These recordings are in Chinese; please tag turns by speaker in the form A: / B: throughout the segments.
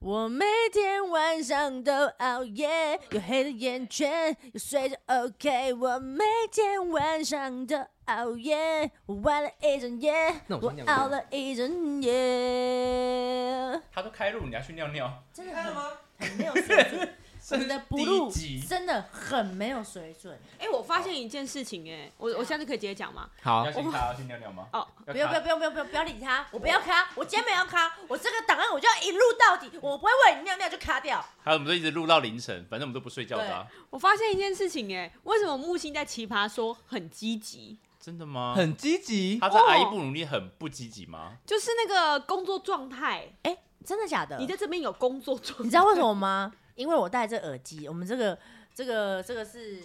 A: 我每天晚上都熬夜，有黑的眼圈，有睡着 OK。我每天晚上都熬夜，我玩了一整夜，
B: 那我
A: 我
B: 先尿个尿
A: 熬了一整夜，
C: 他都开路，你要去尿尿，
A: 真的
D: 看了
A: 很
D: 吗？
A: 很没有水准。我
C: 这
A: 们的
C: 是第
A: blue
C: 一集，
A: 真的很没有水准，
E: 哎、我发现一件事情、哎，我我下次可以直接讲吗？
B: 好
C: 要，先他要去尿尿吗？
E: 哦，
A: 不用不用不用不用不用不要理他，我不要卡，我今天没有卡，我这个档案我就要一路到底，我不会为你尿尿就卡掉。
C: 还有我们都一直录到凌晨，反正我们都不睡觉的啊。
E: 我发现一件事情、哎，为什么木星在奇葩说很积极？
C: 真的吗？
B: 很积极。
C: 他在
E: 哦
C: 阿姨不努力很不积极吗？
E: 就是那个工作状态，
A: 哎、真的假的？
E: 你在这边有工作状态，
A: 你知道为什么吗？ 因为我戴这耳机，我们这个这个这个是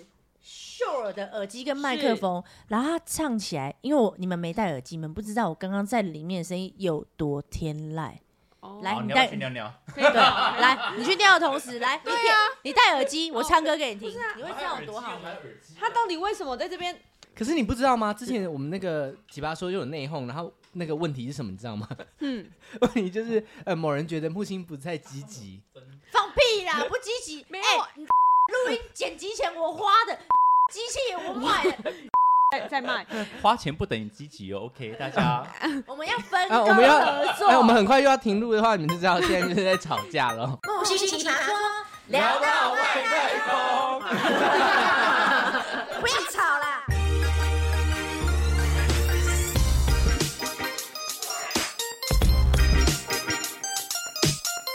A: Shure 的耳机跟麦克风，然后它唱起来，因为我你们没戴耳机，你们不知道我刚刚在里面的声音有多天籁。
E: 哦
A: 来
C: 好
A: 你
C: 你要不要
A: 带
C: 去尿尿？
E: 可以吧
A: 对，来，你去尿的同时，来，对啊呀、你戴耳机，我唱歌给你听，你会知道有多好吗？
E: 他到底为什么在这边？
B: 可是你不知道吗？之前我们那个奇葩说就有内讧，然后那个问题是什么，你知道吗？
E: 嗯，
B: 问题就是呃，某人觉得木星不太积极，
A: 放屁啦，不积极，
E: 没有
A: 哎你 录音剪辑钱我花的， 机器也我买的，
E: 在在卖，
C: 花钱不等于积极哦，OK，大家
A: 我们要分
B: 啊
A: 工
B: 我们要
A: 合哦作。
B: 哎，我们很快又要停录的话，你们就知道现在就是在吵架了。
A: 木星奇葩说，聊到外太
C: 空。
A: 不要吵啦！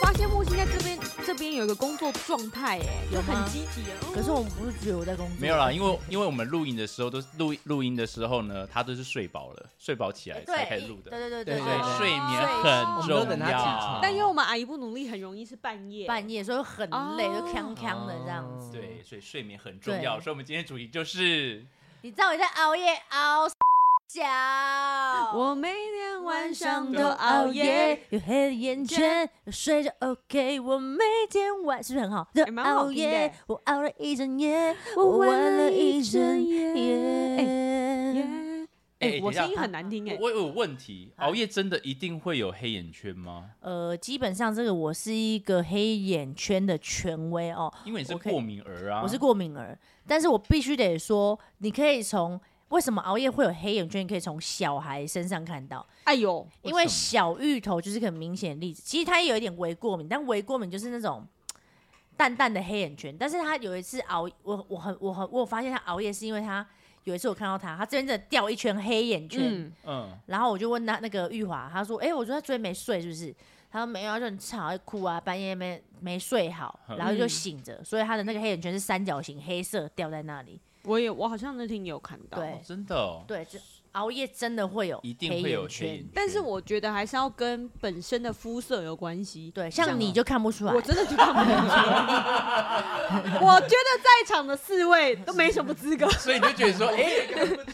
E: 发现木星在这边这边有一个工作状态，哎，
A: 有
E: 就
A: 吗
E: 很积极啊。
A: 可是我们不是只有在工作，
C: 没有啦，因为因为我们录音的时候都是录录音的时候呢，他都是睡饱了，睡饱起来才开
A: 对
C: 始录的，
A: 对对哦
B: 对
A: 对
C: 所以
B: 对
C: 睡眠
B: 我们
C: 很
B: 都等
C: 重
B: 他起床
C: 要。
E: 但因为我们阿姨不努力，很容易是半夜。
A: 半夜所以很累，
E: 哦
A: 就康康的这样子。
C: 对，所以睡眠很重要。
A: 对
C: 所以我们今天主题就是
A: 你到底在熬夜熬脚？
E: 我每天哦晚上都熬夜，，
A: 有黑的眼圈，有睡着 OK。我每天晚是不是很好？都
E: 哎蛮好
A: 熬
E: 听的
A: 夜，我熬了一整夜，
E: 我
A: 玩
E: 玩了一整
A: 夜。
C: 哎
E: 哎，
C: 等
E: 我
C: 一下
E: 声音很难听哎。
C: 我有问题，
A: 啊
C: 熬夜真的一定会有黑眼圈吗？
A: 呃，基本上这个我是一个黑眼圈的权威哦，
C: 因为你是
A: 我可以
C: 过敏儿啊，
A: 我是过敏儿，但是我必须得说，你可以从为什么熬夜会有黑眼圈，你可以从小孩身上看到，
E: 哎呦，
A: 因为
C: 为
A: 小芋头就是个很明显的例子。其实它也有一点微过敏，但微过敏就是那种淡淡的黑眼圈。但是他有一次熬，我我很我很我有发现他熬夜是因为他有一次我看到他，他这边真的掉一圈黑眼圈，
E: 嗯，
C: 嗯，
A: 然后我就问他那个玉华，他说：“哎、我昨天昨天没睡，是不是？”他说：“没有，他就很吵，会哭啊，半夜没没睡好，
C: 嗯
A: 然后就醒着，所以他的那个黑眼圈是三角形，黑色掉在那里。
E: 我也我好像那天也有看到。
A: 对
C: 哦真的哦，
A: 对，就熬夜真的会有
C: 一定会有黑
A: 黑眼
C: 眼
A: 圈
C: 圈。。
E: 但是我觉得还是要跟本身的肤色有关系。
A: 对，像你就看不出来
E: 我。真的觉得他们 很绝我觉得在场的四位都没什么资格。
C: 所以你就觉得 说，哎，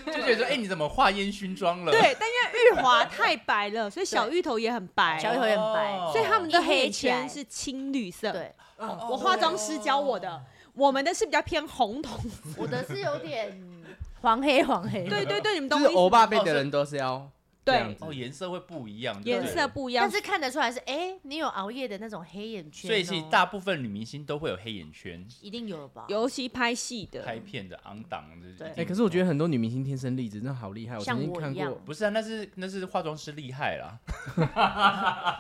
C: 就觉得说，哎，你怎么化烟熏妆了？
E: 对，但因为玉华太白了，所以小芋头也很白，
A: 小芋头也很白
C: 哦
E: 所以他们的黑
A: 一黑起来
E: 圈是青绿色。，
A: 对，
E: 我化妆师教我的，我们的是比较偏红彤。
A: 我的是有点 黄黑黄黑。
E: 对对对，你们
B: 就
E: 懂
B: 是
E: 我意思吗
B: 欧巴辈的人都是要这样
E: 对
B: 子
C: 哦，颜色会不一样，对
E: 颜
C: 不对
E: 色不一样
A: 但。是看得出来是，哎、你有熬夜的那种黑眼圈、哦，
C: 所以其实大部分女明星都会有黑眼圈，
A: 一定有吧？
E: 尤其拍戏的，
C: 拍片的昂档的。
A: 对
B: 哎、可是我觉得很多女明星天生丽质，真的好厉害。我曾
A: 像
B: 经
A: 我
B: 看
A: 一样
B: 过，
C: 不是啊，那是那是化妆师厉害啦。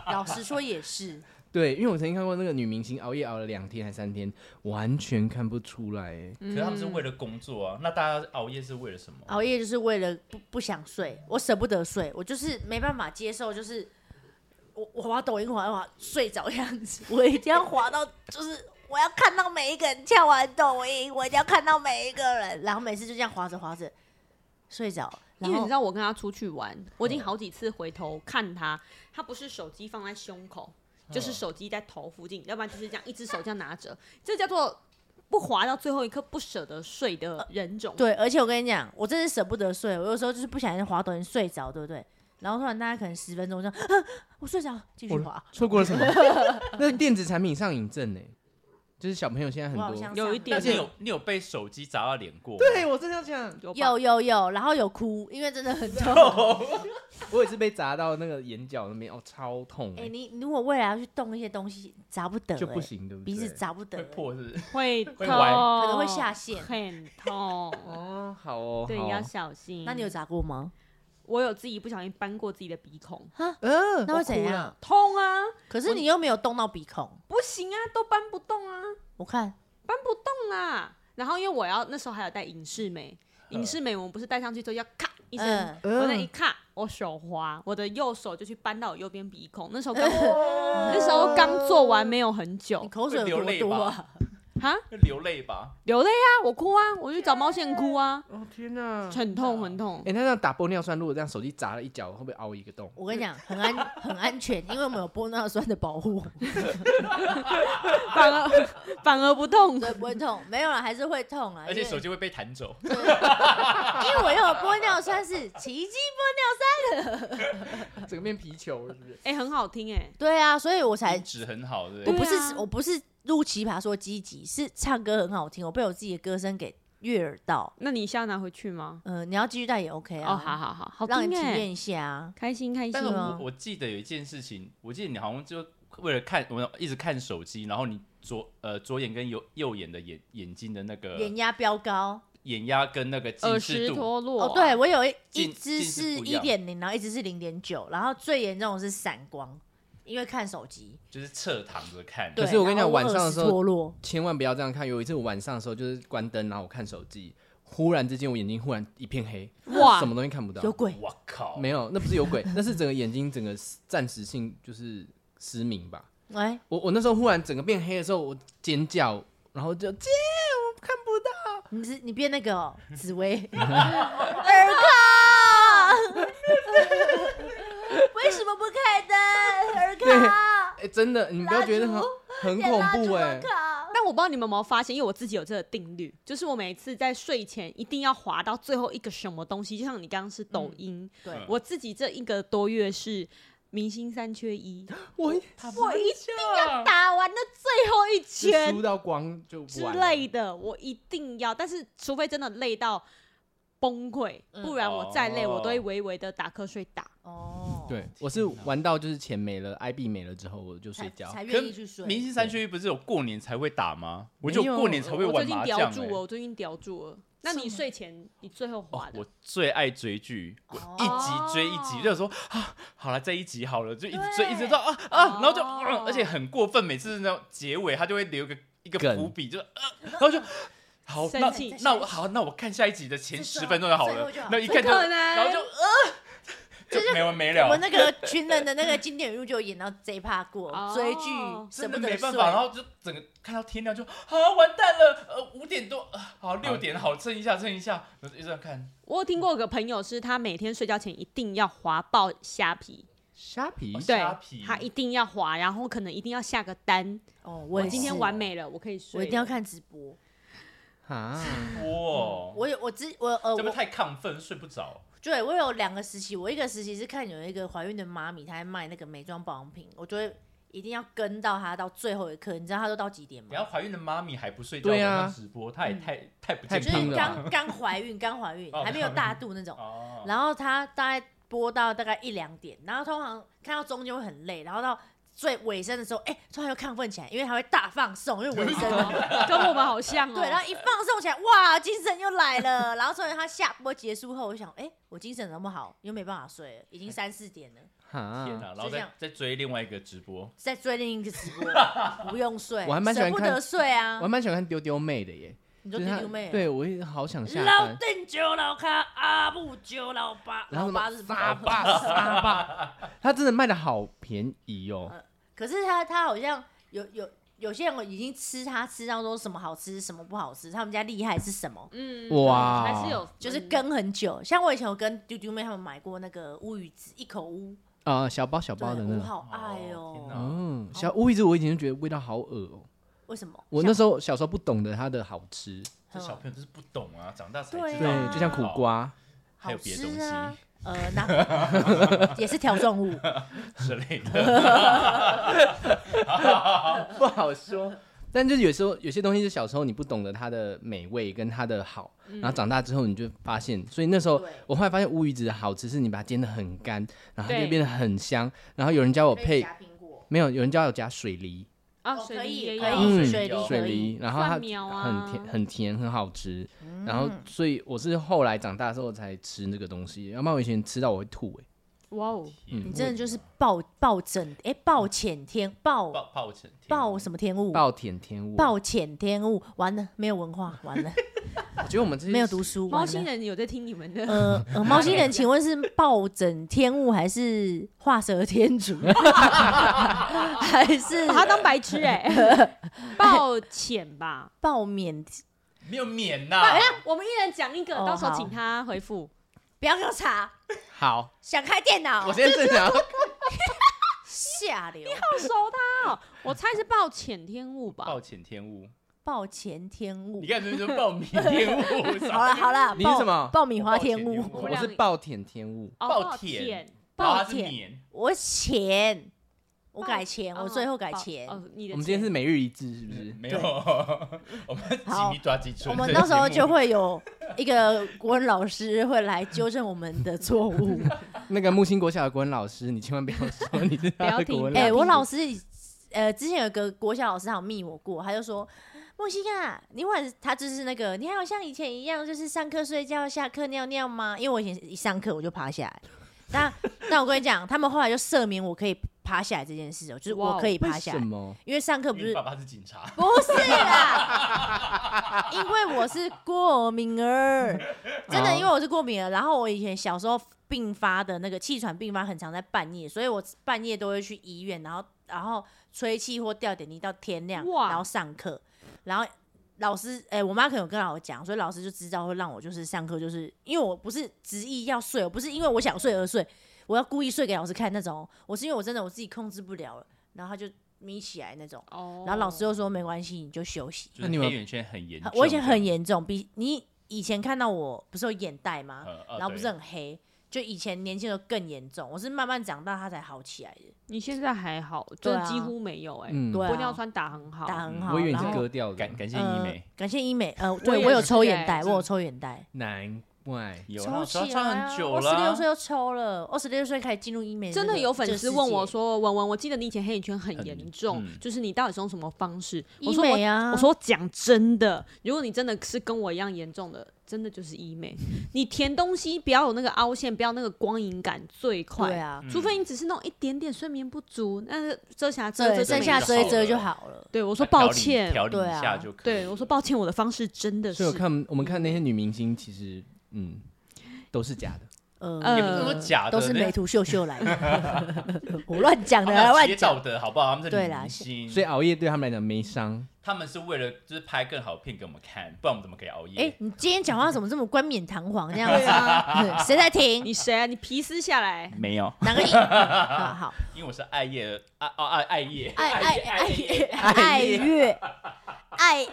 A: 老实说也是，
B: 对，因为我曾经看过那个女明星熬夜熬了两天还三天，完全看不出来。哎
C: 可是他们是为了工作啊，那大家熬夜是为了什么？
A: 嗯熬夜就是为了不不想睡，我舍不得睡，我就是没办法接受，就是我我滑抖音滑一滑睡着的样子，我一定要滑到就是。我要看到每一个人跳完抖音，我一定要看到每一个人，然后每次就这样滑着滑着睡着，然
E: 因为你
A: 后嗯
E: 知道我跟他出去玩，我已经好几次回头看他，他不是手机放在胸口，
A: 嗯
E: 就是手机在头附近，要不然就是这样一只手这样拿着，这叫做不滑到最后一刻不舍得睡的人种。
A: 呃对，而且我跟你讲，我真是舍不得睡，我有时候就是不小心滑抖音睡着，对不对？然后突然大概可能十分钟这样，啊我睡着，继续
B: 我
A: 滑。
B: 错过了什么？那是电子产品上瘾症呢？就是小朋友现在很
A: 我好
B: 多
A: 像，
E: 有一
A: 上了
E: 点
C: 你有你有被手机砸到脸过吗？
B: 对我正要讲，
E: 有吧
A: 有有有，然后有哭，因为真的 很痛。
B: 我也是被砸到那个眼角那边，哦，超痛
A: 哎、
B: 欸，
A: 你如果未来要去动一些东西，砸不得、欸，
B: 就不行，对不对？
A: 鼻子砸不得、
C: 会
A: 欸，
C: 破是不是？
E: 会痛，
C: 会歪
A: 可能会下线。
E: 很 痛。
B: 哦，好哦，
E: 对
B: 好，
E: 要
B: 哦
E: 小心。
A: 那你有砸过吗？
E: 我有自己不小心扳过自己的鼻孔，
B: 嗯，
A: 那会怎
B: 我哭
A: 样
B: 了？
E: 痛啊，
A: 可是你又没有动到鼻孔，
E: 不行啊，都搬不动啊，
A: 我看
E: 搬不动啊。然后因为我要那时候还有戴隐适美，隐适美我们不是戴上去之后要咔一声，
A: 嗯
E: 我那一
B: 嗯，
E: 咔，我手滑，我的右手就去扳到我右边鼻孔。那时 候刚，那时候刚做完没有很
A: 你
E: 久，
A: 口水
C: 会流
A: 有多
C: 泪
A: 多
C: 吧
A: 啊？
E: 哈，
C: 会流泪吧？
E: 流泪啊，我哭啊，我去找毛线哭啊，
B: 哦天哪，
A: 嗯
E: 很痛很痛。
B: 哎，那这样打玻尿酸，如果这样手机砸了一脚，会不会凹一个 洞？
A: 我跟你讲，很安很安全，因为我们有玻尿酸的保护，
E: 反而反而不 痛。
A: 对，不会痛。没有了，还是会痛啊。
C: 而且
A: 因为
C: 手机会被弹走，
A: 因为我用的玻尿酸是奇迹玻尿酸，
B: 整个变皮球了，是不是？
E: 哎、很好听哎、
A: 对啊，所以我才
C: 音质很好，对不
A: 我
C: 对？
A: 不是、
E: 对啊
A: 我不是录奇葩说积极，是唱歌很好听，我被我自己的歌声给悦耳到。
E: 那你下拿回去吗？
A: 嗯、你要继续戴也 OK 啊，
E: 哦，好好好，好
A: 让你
E: 听
A: 体
E: 哎、
A: 验一下啊。
E: 开心开心
C: 但是
A: 吗
C: 我我记得有一件事情，我记得你好像就为了看，我一直看手机，然后你左呃左眼跟右右眼的眼眼睛的那个
A: 眼压飙高
C: 眼压跟那个近
E: 耳
C: 视
E: 石
C: 度，
E: 脱
B: 啊
E: 落、啊
A: 哦，对，我有一
C: 近
A: 一只是
C: 近视不一
A: 一
C: 样
A: 点零，然后一只是零点九，然后最严重的是散光，因为看手机。
C: 就是侧躺着看。
A: 对，
B: 可是我跟你
A: 然后
B: 讲晚上的
A: 耳石
B: 时候
A: 脱落，
B: 千万不要这样看。有一次我晚上的时候就是关灯，然后我看手机，忽然之间我眼睛忽然一片黑，
E: 哇
B: 什么东西看不到
A: 有，鬼，
C: 我靠！
B: 没有，那不是有鬼，那是整个眼睛整个暂时性就是失明吧。
A: 哎，
B: 我我那时候忽然整个变黑的时候，我尖叫，然后就姐，我看不到。
A: 你是你变那个哦紫 薇，
E: 耳康，
A: 为什么不开 灯？尔
B: 对
A: 康，
B: 哎、真的，你们不要觉得很很恐怖哎、
E: 但我不知道你们有没有发现，因为我自己有这个定律，就是我每次在睡前一定要滑到最后一个什么东西，就像你刚刚是抖音，
A: 嗯
C: 嗯
A: 对，
E: 我自己这一个多月是。明星三缺一，
B: 我
E: 我一定
C: 啊
E: 要打完那最后一
B: 是
E: 圈
B: 输到光就不
E: 之
B: 玩了
E: 类的，我一定要。但是除非真的累到崩溃，
A: 嗯
E: 不然我再累，
C: 哦
E: 我都会微微的打瞌睡打。
A: 哦，
B: 对，我是玩到就是钱没了，IB 没了之后我就
A: 才
B: 睡觉。
A: 才
C: 可
A: 愿意去
C: 明
A: 睡。
C: 星三缺一不是有过年才会打吗？我就
B: 没有
C: 过年才会
E: 我最
C: 玩
E: 近
C: 麻
E: 叼
C: 将、
E: 住
C: 欸。
E: 了，我最近叼住了。那你睡前你最后
C: 哦
E: 滑的
C: 我最爱追剧，我
A: 哦
C: 一集追一集，就说啊，好了，这一集好了，就一直追，
A: 对
C: 一直到啊啊，然后就，
E: 哦
C: 啊而且很过分，每次那种结尾他就会留个一个
B: 梗
C: 伏笔，就是呃，然后就好，
E: 生
C: 那
E: 气
C: 那我好，那我看下一集的前
A: 这是
C: 十分钟就好
A: 最后
C: 了
A: 就好，
C: 那一
E: 不
C: 看就，
E: 可
C: 然后
E: 能
C: 就呃，就没完没了
A: 我，那个群人的那个经典语录就演到这一趴过
E: 哦，
A: 追剧舍
C: 真
A: 不
C: 的
A: 得
C: 没
A: 睡
C: 办，法，然后就整个看到天亮就啊，完蛋了，呃，五点多，呃好，六点好，蹭一下蹭一下，然后就一直在看，
E: 我有听过有个朋友是他每天睡觉前一定要滑爆虾皮，
B: 虾皮
C: 哦，
E: 对
C: 虾
B: 嗯
C: 皮，
E: 他一定要滑，然后可能一定要下个单。
A: 哦，
E: 我
A: 也
E: 今
A: 是
E: 天完，美了，我可以睡。
A: 我一定要。看直播。 嗯
B: 啊，
C: 哇，
A: 我有我之我呃
C: 哦这不
A: 我
C: 太亢奋，睡不着。
A: 对我有两个时期，我一个时期是看有一个怀孕的妈咪，她在卖那个美妆保养品，我就会一定要跟到她到最后一刻。你知道她都到几点吗
C: 你？要怀孕的妈咪还不睡觉，晚
B: 对啊
C: 上直播，她也
A: 嗯
C: 太太不
B: 太
A: 就
C: 健
A: 是
B: 拼
C: 康
B: 了吧
A: 刚刚怀孕，刚怀孕
C: 啊哦
A: 还没有大肚那种。
C: 哦。
A: 然后他大概播到大概一两点，然后通常看到中间会很累，然后到最尾声的时候，哎、突然又亢奋起来，因为他会大放送，因为尾声了。
E: 跟我们好像 哦。
A: 对，然后一放送起来，哇，精神又来了。然后所以他下播结束后，我想，哎、我精神那么好，又没办法睡了，已
B: 哎
A: 经三四点了，
C: 天
B: 哈，
C: 哪！然后
A: 这
C: 再
A: 样
C: 再追另外一个直播，
A: 再追另一个直 播，不用睡，
B: 我还蛮喜欢
A: 舍不
B: 看
A: 得睡啊
B: 我还。蛮喜欢看丢丢妹的耶，
A: 你
B: 就
A: 说
B: 是
A: 丢
B: 她
A: 丢妹啊，
B: 对我一直好想下
A: 老
B: 班。
A: 邓九老咖，阿布九老八，
B: 然后
A: 老
B: 什
A: 八
B: 么
A: 是
B: 沙
A: 八
B: 巴沙巴，它真的卖的好便宜哦。
A: 可是他他好像有有有些人已经吃他吃到说什么好吃什么不好吃，他们家厉害是什么？
E: 嗯
B: 哇
E: 还是有分，
A: 就是跟很久，像我以前有跟丢丢妹他们买过那个乌鱼子，一口乌，
B: 啊，小包小
A: 对，
B: 包的那
A: 我
B: 个。
A: 好爱
C: 哦
A: 哦、
C: 天哪
B: 嗯，小乌鱼子我以前就觉得味道好恶哦。
A: 为什么？
B: 我那时候小时候不懂得它的好吃，
C: 这小朋友就是不懂啊，长大
A: 嗯
C: 才
A: 对啊
C: 知道。
B: 对，就像苦瓜，
C: 还
A: 好
C: 有别的
A: 吃
C: 东
A: 啊
C: 西，
A: 呃，那也是条状物。
C: 之类的。
B: 不好说。但就是有时候有些东西，是小时候你不懂得它的美味跟它的好，然后长大之后你就发现，所以那时候
A: 嗯对
B: 我后来发现乌鱼子的好吃是你把它煎的很干，然后它就
E: 对
B: 变得很香。然后有人教我
A: 可以
B: 配，
A: 加苹果，
B: 没有，有人教我加水梨，
E: 啊，
A: 哦
E: 水
A: 可
E: 梨
A: 以
E: 也
A: 可以
E: 有，
B: 嗯，
A: 水
B: 水
A: 梨可以
B: 然后它
E: 蒜苗啊
B: 很甜，很甜，很好吃。
A: 嗯
B: 然后所以我是后来长大之后才吃那个东西，要不然我以前吃到我会吐哎、
E: 哇哦，
C: 嗯
A: 你真的就是暴暴整哎暴殄天暴
C: 抱抱歉，
A: 暴什么天物？
B: 暴殄天物。
A: 暴殄天物，完了没有文化，完了
B: 我觉得我们这些
A: 没有读书，
E: 猫
A: 完
E: 星
A: 了。
E: 人有在听你们 的，哦
A: 呃呃，猫星人，请问是暴整天物还是画蛇添足， 还是
E: 把他当白痴哎， 抱歉吧。
A: 暴殄？
C: 没有免
E: 不然
C: 呐
A: 哎
E: 等一，下我们一人讲一个，
A: 哦
E: 到时候
A: 好
E: 请他回复。
A: 不要给我查，
B: 好，
A: 想开电脑
B: 我，现在正 想要
A: 下流，
E: 到手他哦，我猜是抱歉天物吧。
C: 抱歉天物，
A: 暴殄天物
C: 你。看这就报名天 物，
A: 好了好了，
B: 啊你是
A: 爆
B: 什么
A: 爆米花
C: 我爆
A: 天
C: 殄
A: 物
C: 天，物
B: 我是暴殄天物，
E: 哦
C: 抱
E: 抱
C: 歉
E: 歉，
C: 然后它是
A: 抱歉
C: 免，
A: 我钱，我
E: 抱
A: 改钱，我
E: 哦
A: 最后改
E: 抱
A: 钱。
E: 哦，你的
B: 我们今天
E: 钱
B: 是每日一致，是不是？
C: 没有， 我们
A: 好
C: 紧抓紧住。
A: 我们到时候就会有一个国文老师会来纠正我们的错 误。
B: 那个木星国小的国文老师，你千万不要说你是他的国文
E: 不
A: 哎、
E: 要听
B: 老师。
A: 我老师呃，之前有个国小老师，他有密我过，他就说。莫西亚，你晚他就是那个，你还有像以前一样，就是上课睡觉，下课尿尿吗？因为我以前一上课我就趴下来。但但我跟你讲，他们后来就赦免我可以趴下来这件事哦，就是
E: 哇
A: 我
E: 哦
A: 可以趴
B: 为
A: 下
B: 什
A: 来，
B: 么？
A: 因为上课不
C: 因为
A: 是
C: 爸爸是警察，
A: 不是啦，因为我是过敏儿，真的，
B: 好
A: 因为我是过敏儿。然后我以前小时候病发的那个气喘病发，很常在半夜，所以我半夜都会去医院，然后然后吹气或吊点滴到天亮，
E: 哇
A: 然后上课，然后。老师，哎、我妈可能有跟我讲，所以老师就知道会让我就是上课，就是因为我不是执意要睡，我不是因为我想睡而睡，我要故意睡给老师看那种哦，我是因为我真的我自己控制不了了，然后他就眯起来那种。
E: 哦，
A: 然后老师又说没关系，你就休息。
C: 就是
B: 那你们
C: 黑眼圈很严重，
A: 我以前很严重，比你以前看到我不是有眼袋吗？
C: 呃，呃
A: 然后啊不是很黑，就以前年轻的时候更严重，我是慢慢长大它才好起来的，
E: 你现在还好，就
A: 对啊
E: 是几乎没有哎，
B: 嗯，
A: 对
E: 玻
A: 啊
E: 尿酸打很好，
A: 打
C: 嗯
A: 很好。
B: 我以为你
A: 然
B: 是
A: 后
B: 割掉的，
C: 对感感谢医美
A: 呃，感谢医美， 呃，
E: 我也
A: 对我有
E: 是
A: 抽
E: 哎
A: 眼袋，
E: 这
A: 我有抽眼袋，
B: 难怪。
C: 有啦
A: 抽
C: 我知道
A: 起
C: 唱
A: 来
C: 很
A: 啊！
C: 久
A: 我十
C: 了啊，
A: 六岁就抽了，我十六岁开始进入医美、
E: 真的有粉丝问我，说：“文文，我记得你以前黑眼圈很
C: 很
E: 严重，
C: 嗯
E: 就是你到底是用什么方式？”我
A: 医
E: 说我
A: 美啊，
E: 我说讲真的，如果你真的是跟我一样严重的，真的就是 医美。你填东西不要有那个凹陷，不要那个光影感最
A: 对
E: 快。
A: 啊，
C: 嗯
E: 除非你只是那种一点点睡眠不足，那遮瑕遮
A: 对，
E: 遮
A: 剩
E: 没
A: 下
E: 事
A: 遮一遮
C: 就
A: 就
C: 好
A: 好了。
E: 对我
C: 我
E: 说抱歉，
C: 调理
A: 对
C: 一
A: 啊
C: 下就可以
E: 对我说抱歉，我的方式真的
B: 所以我
E: 是嗯
B: 看我们看那些女明星，其实嗯都是假的。
A: 呃，
C: 也不是说假的，
A: 都是
C: 那
A: 美图秀秀来的， 我乱讲
C: 他
A: 的
C: 们
A: 啊，
C: 要
A: 乱
C: 接
A: 讲。
C: 道德好不好？他们是
A: 对啦
C: 明
E: 嗯
C: 星，
B: 所以熬夜对他们来讲没伤。
C: 他们是为了就是拍更好的片给我们看，不然我们怎么可以熬
A: 哎、
C: 夜？
A: 你今天讲话怎么这么冠冕堂皇这样
E: 对
A: 子？嗯
E: 啊，
A: 谁在 听？
E: 你谁啊？你皮撕下来，
C: 没有，
A: 哪个你？好好，
C: 因为我是爱夜，爱哦爱爱夜，
A: 爱爱爱
C: 夜
A: 爱乐，爱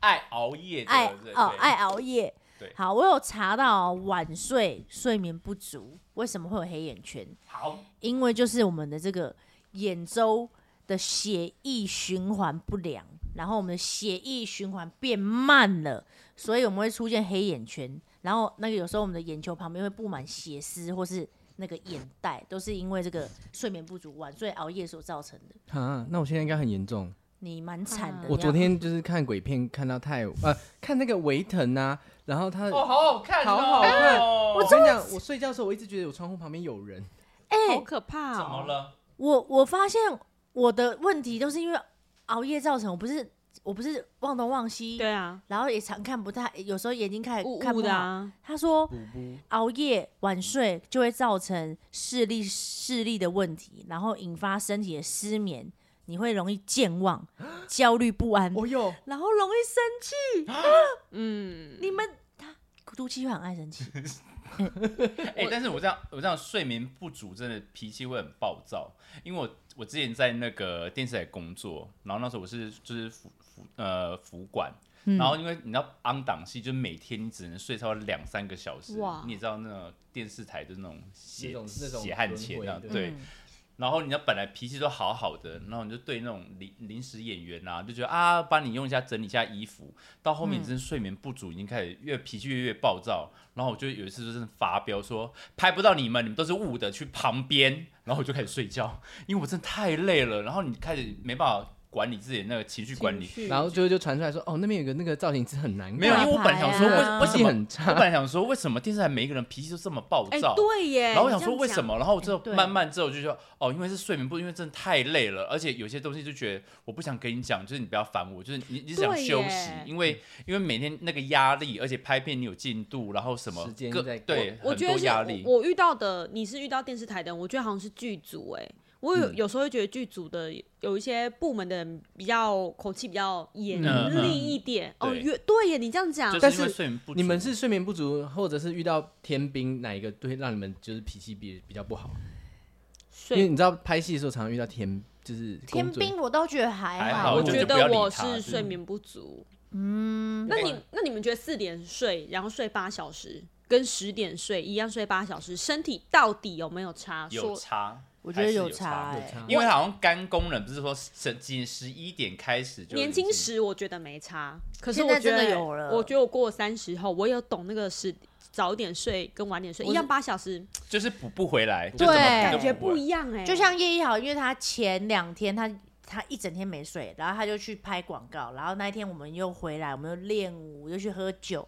C: 爱熬夜的，
A: 爱
C: 对
A: 哦
C: 对
A: 爱熬夜
C: 对。
A: 好，我有查到晚睡、睡眠不足，为什么会有黑眼圈？
C: 好，
A: 因为就是我们的这个眼周的血液循环不良，然后我们的血液循环变慢了，所以我们会出现黑眼圈。然后那个有时候我们的眼球旁边会布满血丝或是那个眼袋，都是因为这个睡眠不足、晚睡、熬夜所造成的。
B: 啊，那我现在应该很严重。
A: 你蛮惨的。
E: 啊
A: 你
B: 我
A: 要
B: 昨天就是看鬼片，看到泰呃，看那个维腾啊，然后他，
C: 哦，
B: 我
C: 好好看哦，
B: 好好看
C: 我
B: 跟你讲，我睡觉的时候，我一直觉得我窗户旁边有人。
A: 哎、
E: 好可怕
C: 怎么
E: 哦！
C: 了？
A: 我我发现我的问题都是因为熬夜造成，我不是我不是忘东忘西，
E: 对啊，
A: 然后也常看不太，有时候眼睛开
C: 哎
A: 始
E: 雾
A: 看
E: 雾
A: 不
E: 的
A: 好。
E: 啊，
A: 他说
B: 不不，
A: 熬夜晚睡就会造成视力视力的问题，然后引发身体的失眠，你会容易健 忘、焦虑不安，
B: 哦哟，
A: 然后容易生气。
E: 嗯，
A: 你们他毒气会很爱生气，
C: 哎，但是我这样我这样睡眠不足，真的脾气会很暴躁，因为我我之前在那个电视台工作，然后那时候我是就是服服呃服管。然后因为你知道昂档戏，就是每天你只能睡超过两三个小时
E: 哇，
C: 你也知道那种电视台的那种血
B: 那种那种
C: 血汗钱
B: 轮
C: 啊，
A: 嗯
B: 回的
C: 对。然后你要本来脾气都好好的，然后你就对那种临临时演员啊，就觉得啊，帮你用一下整理一下衣服，到后面真是睡眠不足，已经开始越脾气越越暴躁。然后我就有一次就是发飙说，拍不到你们，你们都是误的，去旁边。然后我就开始睡觉， 因为我真的太累了。然后你开始没办法管理自己的那个情绪管理，
B: 然后就就传出来说，哦，那边有个那个造型师很难看，
C: 嗯没有，因为我本来想说为
A: 打牌啊
C: 为
B: 脾
C: 什
B: 气
C: 么
B: 很
C: 我
B: 差，
C: 本来想说，为什么电视台每一个人脾气都这么暴
E: 哎、
C: 躁？
E: 对耶。
C: 然后我想
E: 你这
C: 说
E: 样
C: 为什
E: 讲？
C: 么？然后我就
A: 哎对
C: 慢慢之后就说，哦，因为是睡眠不足，因为真的太累了，而且有些东西就觉得我不想跟你讲，就是你不要烦我，就是你你只想
E: 对
C: 休息
E: 耶，
C: 因
B: 嗯
C: 为因为每天那个压力，而且拍片你有进度，然后什么
B: 时间
C: 各
B: 在过
C: 对
E: 我
C: 很
E: 觉
C: 多
E: 得是
C: 压力，
E: 我我遇到的，你是遇到电视台的人，我觉得好像是剧组哎、我
C: 嗯
E: 有、有时候会觉得剧组的有一些部门的人比较口气比较严
C: 嗯
E: 厉一点、
C: 嗯
E: 哦，
C: 对
E: 越对耶，你这样讲，
C: 就
B: 但
C: 是因为
B: 是
C: 睡眠不足。
B: 你们是睡眠不足，或者是遇到天兵，哪一个对让你们就是脾气比比较不好？因为
E: 睡
B: 你知道拍戏的时候常常遇到天，就是
A: 天
B: 工作
A: 兵我倒觉得还
C: 还
A: 好，
C: 好
E: 我
B: 就
E: 觉
C: 是不要
E: 得
C: 理
E: 我
C: 他
E: 是
C: 是
E: 睡眠不足。嗯，那你那你们觉得四点睡，然后睡八小时，跟十点睡一样睡八小时，身体到底有没有差？
C: 有
E: 说
C: 差，
A: 我觉得
C: 还是
A: 有
C: 有
A: 差
B: 有
A: 哎
B: 差
C: 因为好像肝功能不是说十仅十一点开始就
E: 年
C: 已经
E: 轻时我觉得没差，可是
A: 现
E: 我
A: 在
E: 觉
A: 真的
E: 得
A: 有了
E: 我觉得我过三十后，我有懂那个是早点睡跟晚点睡
A: 我
E: 一
A: 是
E: 样八小时，
C: 就是补不回来，
A: 对
C: 就怎么补
E: 感觉
C: 不回
E: 不
C: 来
E: 一样哎、
A: 就像叶一豪，因为他前两天他他一整天没睡，然后他就去拍广告，然后那一天我们又回来，我们又练舞，又去喝酒，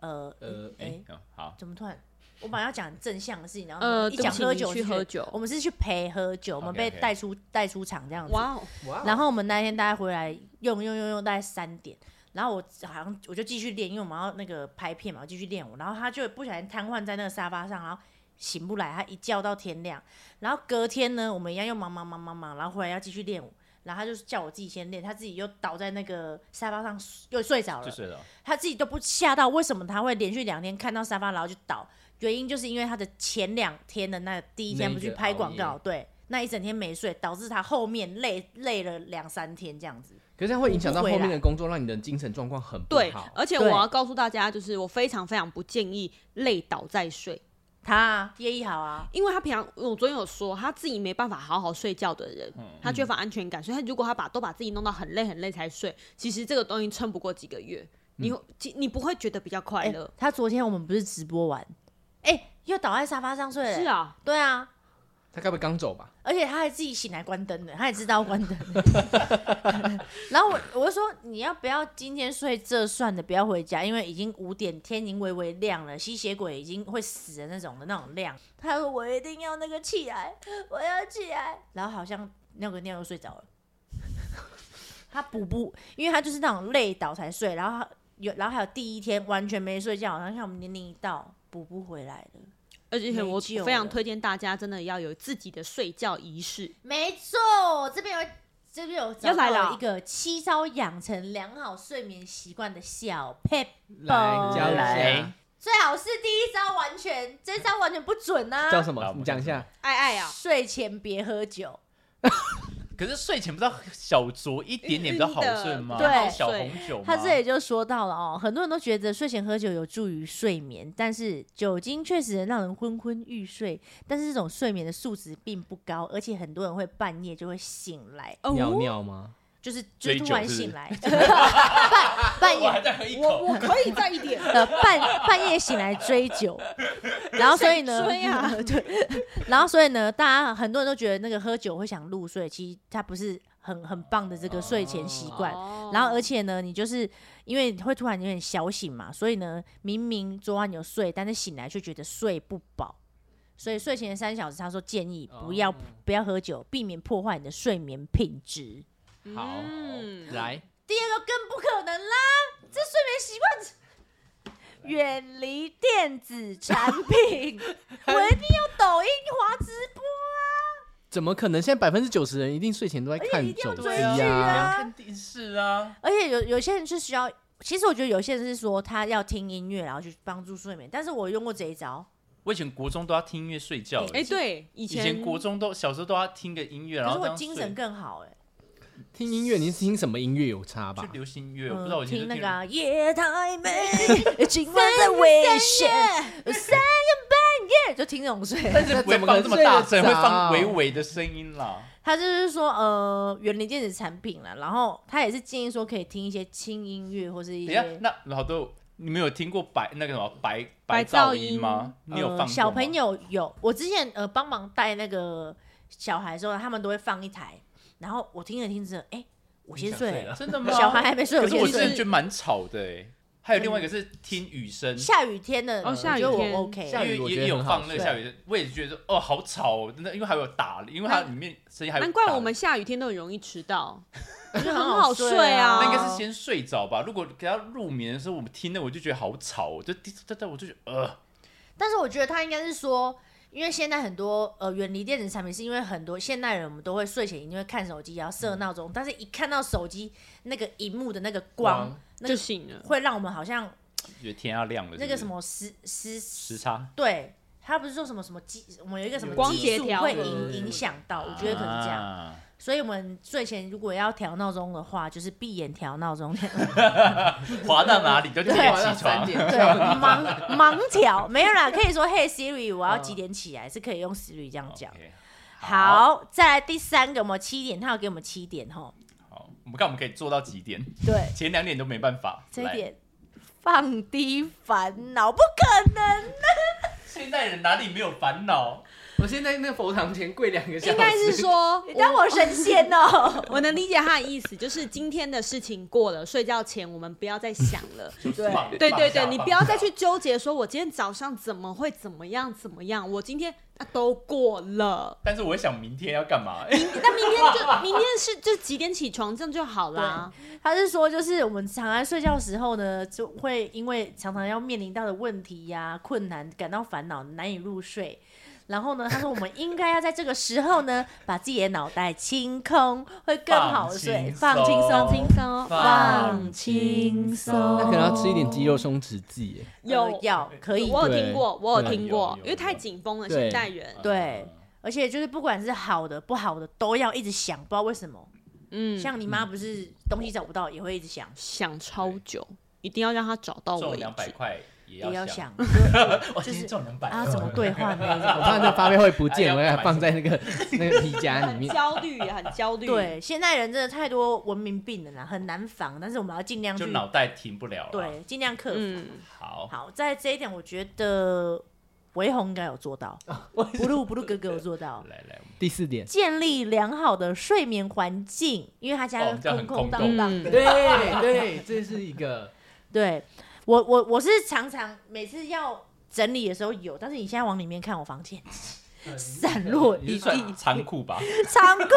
A: 呃
B: 呃
A: 哎、
C: 哎，嗯好，
A: 怎么突然？我本来要讲正向的事情，然后
E: 呃
A: 一讲
E: 对不起
A: 喝酒
E: 你去
A: 就觉得
E: 喝酒
A: 我们是去陪喝酒，我们被
C: OK，OK
A: 带出带出场这样子。
E: 哇哦，
A: 然后我们那一天大概回来用用用用大概三点，然后我好像我就继续练，因为我们要那个拍片嘛，我继续练舞。然后他就不小心瘫痪在那个沙发上，然后醒不来，他一觉到天亮。然后隔天呢，我们一样又忙忙忙忙忙，然后回来要继续练舞。然后他就是叫我自己先练，他自己又倒在那个沙发上又睡着了，
C: 就睡了。哦
A: 他自己都不吓到，为什么他会连续两天看到沙发然后就倒？原因就是因为他的前两天的那第一天
B: 那
A: 不
B: 个
A: 去拍广
B: 熬
A: 告，
B: 夜
A: 对，那一整天没睡，导致他后面累累了两三天这样子。
B: 可是它会影响到后面的工作，让你的精神状况很不
E: 对
B: 好，。
E: 而且我
A: 对
E: 要告诉大家，就是我非常非常不建议累倒再睡，
A: 他啊叶一豪啊，
E: 因为他平常我昨天有说，他自己没办法好好睡觉的人，
C: 嗯
E: 他缺乏安全感，所以他如果他把都把自己弄到很累很累才睡，其实这个东西撑不过几个月，
C: 嗯
E: 你会其你不会觉得比较快
A: 哎、
E: 乐。
A: 他昨天我们不是直播完，哎、又倒在沙发上睡了、
E: 是，啊，
A: 对哎啊，
B: 他该不会刚走吧？
A: 而且他还自己醒来关灯的，他也知道关 灯。然后我我就说你要不要今天睡这算的，不要回家，因为已经五点，天已经微微亮了，吸血鬼已经会死的那种的那种亮。他说我一定要那个起来，我要起来。 然后好像尿个尿又睡着了。他补不，因为他就是那种累倒才睡，然后他有，然后还有第一天完全没睡觉，然后像我们年龄一到补不回来了。
E: 而且我
A: 没救了
E: 非常推荐大家，真的要有自己的睡觉仪式。
A: 没错，我这边有这边有找
E: 要来
A: 到
E: 了
A: 一个七招养成良好睡眠习惯的小 p
B: 来教一
C: 来
B: 下，
A: 最好是第一招完全，这招完全不准啊！
B: 叫什
C: 来
B: 么
C: 我？们
B: 你讲一
C: 叫
B: 下。
E: 爱爱啊，
A: 睡前别喝酒，
C: 可是睡前不知道小酌一点点比较好睡吗？
A: 晕晕的
C: 然后
A: 对
C: 小红酒吗。
A: 他这里就说到了哦，很多人都觉得睡前喝酒有助于睡眠，但是酒精确实能让人昏昏欲睡，但是这种睡眠的素质并不高，而且很多人会半夜就会醒来，
E: 哦
B: 尿尿吗？
A: 就是就
C: 追
A: 突
C: 酒
A: 然
C: 是不是
A: 醒来，半 半
C: 我还
A: 夜，
C: 在喝一
E: 我
C: 口，
E: 我可以再一 点
A: 呃半半夜醒来追酒，然后所以呢，
E: 谁追啊
A: 对，然后所以呢，大家很多人都觉得那个喝酒会想入睡，其实它不是很很棒的这个睡前习惯。
E: 哦
A: 然后，而且呢，你就是因为会突然有点小醒嘛，所以呢，明明昨晚有睡，但是醒来却觉得睡不饱，所以睡前三小时，他说建议不要、
B: 哦
A: 不要喝酒，避免破坏你的睡眠品质。
B: 好，
E: 嗯
B: 来，
A: 第二个更不可能啦，这睡眠习惯是。远离电子产品， 我一定要抖音滑直播啊！
B: 怎么可能？现在百分之九十人一定睡前都在
A: 而且一
B: 看
A: 定要
B: 手
A: 追
B: 机
A: 剧啊
C: 不
B: 呀。
C: 要看电视啊。
A: 而且有有些人是需要，其实我觉得有些人是说他要听音乐，然后去帮助睡眠。但是我用过这一招，
C: 我以前国中都要听音乐睡觉，
E: 哎，对，以
C: 以前国中都小时候都要听个音乐，然
A: 可是
C: 后这
A: 我
C: 样
A: 精
C: 睡
A: 神更好哎、
B: 听音乐，你是听什么音乐有差
C: 就
B: 吧？
C: 流行音乐，我不知道我
A: 嗯，
C: 以前
A: 听
C: 就
A: 那
C: 听
A: 个、啊、哎 夜太美，今晚的危险，三更半也就听这种睡。
C: 但是不会放这么大
B: 那怎么可能睡得
C: 声，
B: 着
C: 会放微微的声音啦。
A: 他就是说，呃，远离电子产品了，然后他也是建议说可以听一些轻音乐或是一
C: 等一下，
A: 些
C: 那老豆，你们有听过白那个什么白
E: 白
C: 噪
E: 噪音
C: 吗？你有放过
A: 呃、小朋
C: 友
A: 友有，我之前呃帮忙带那个小孩的时候，他们都会放一台，然后我听着听着，哎、我先睡了，
C: 真的 吗？
A: 小孩还没睡，
C: 可是我
A: 先
C: 真的
A: 睡
C: 觉得蛮吵的哎。还有另外一个是听雨声，
A: 下雨天的，
E: 哦下雨
A: 我觉
E: 天
A: 得我 OK。
B: 下雨
C: 因
B: 我
C: 为
B: 觉得
C: 也也有
B: 很好
C: 放那个
A: 睡
C: 下雨声，我也觉得说哦好吵哦，真的，因为还有打，因为它里面声音还有打。
E: 难怪我们下雨天都很容易迟到，
A: 我觉得
E: 很
A: 很
E: 好
A: 睡
E: 睡啊
C: 那应该
A: 哦
C: 是先睡着吧。如果给他入眠的时候，我们听那我就觉得好吵哦，就滴哒哒，我就觉得呃，
A: 但是我觉得他应该是说，因为现在很多呃远离电子产品，是因为很多现代人我们都会睡前一定会看手机，然后设闹钟，但是一看到手机那个荧幕的那个光
B: 光，
A: 那
E: 就
A: 个
E: 醒了。
A: 会让我们好像
C: 觉得天要亮了。
A: 那个什
C: 是
A: 么时时
C: 不是时差，
A: 对。他不是说什么什么激，我们有一个什么
E: 光
A: 激
E: 协
A: 素
E: 调
A: 会
E: 的
A: 影影响到，我觉得可能是这样。
C: 啊
A: 所以我们睡前如果要调闹钟的话，就是闭眼调闹钟，
C: 滑到哪里就直接
B: 晚上
C: 起
B: 三
C: 床。
B: 点，
A: 对，盲盲调没有啦，可以说 Hey Siri，我要几点起来？是可以用 Siri 这样讲。
C: OK，
A: 好，再来第三个，我们七点，他有给我们七点吼。
C: 好，我们看我们可以做到几点？
A: 对，
C: 前两点都没办法。
A: 这一
C: 来，
A: 点放低烦恼，不可能。
C: 现代人哪里没有烦恼？
B: 我现在那个佛堂前跪两个小 时，
E: 应该是说，
A: 你当我神仙哦、
E: 我能理解他的意思，就是今天的事情过了，睡觉前我们不要再想了。
A: 对
C: 放
E: 对对
C: 放下
E: 对，你
C: 放
E: 不要
C: 下
E: 再去纠结，说我今天早上怎么会怎么样怎么样，我今天啊都过了，
C: 但是我会想明天要 干嘛？
E: 那明天就明天是就几点起床，这样就好啦。
A: 他是说，就是我们常常睡觉的时候呢，就会因为常常要面临到的问题呀、困难感到烦恼，难以入睡。然后呢，他说我们应该要在这个时候呢，把自己的脑袋清空，会更好睡，
C: 放
A: 放轻
C: 轻松
A: 松，
E: 轻松，
C: 放
A: 轻松。
B: 那可能要吃一点肌肉松弛剂耶。
A: 有
E: 有
A: 要可以，
E: 我有听过，我有
B: 对
E: 听过
C: 有，有
E: 因为太紧绷了，
B: 对
E: 现代人，
C: 嗯
A: 对而且就是不管是好的不好的，都要一直想，不知道为什么。
E: 嗯，
A: 像你妈不是东西找不到也会一直想，
E: 想超久，一定要让他找到
C: 中
E: 我。
C: 两百块也
A: 也要
C: 要，
A: 想
C: 我
A: 就
C: 今
A: 是
C: 天中两百，嗯
A: 啊怎么兑换
B: 我
A: 呢？
B: 怕那发票会不见，
C: 哎
B: 我
C: 要
B: 要
C: 买
B: 放在 那个那个皮夹里
E: 很
B: 面。
E: 焦虑，很焦虑。，
A: 对，现在人真的太多文明病了啦，很难防，但是我们要尽量
C: 就
A: 去
C: 脑袋停不了了。，
A: 对，尽量克服。
E: 嗯，
C: 好，
A: 好，在这一点，我觉得维宏应该有做到，不露不露哥哥有做 到。
C: 来来，我们
B: 第四点，
A: 建立良好的睡眠环境，因为他家
C: 哦这样
A: 空
C: 很
A: 空
C: 空
A: 荡荡
E: 洞
A: 的，
B: 对对，这是一个
A: 对我我我是常常每次要整理的时候有，但是你现在往里面看我房间 呃散落
C: 你
A: 一
C: 是
A: 地
C: 算，仓库吧？
A: 仓库，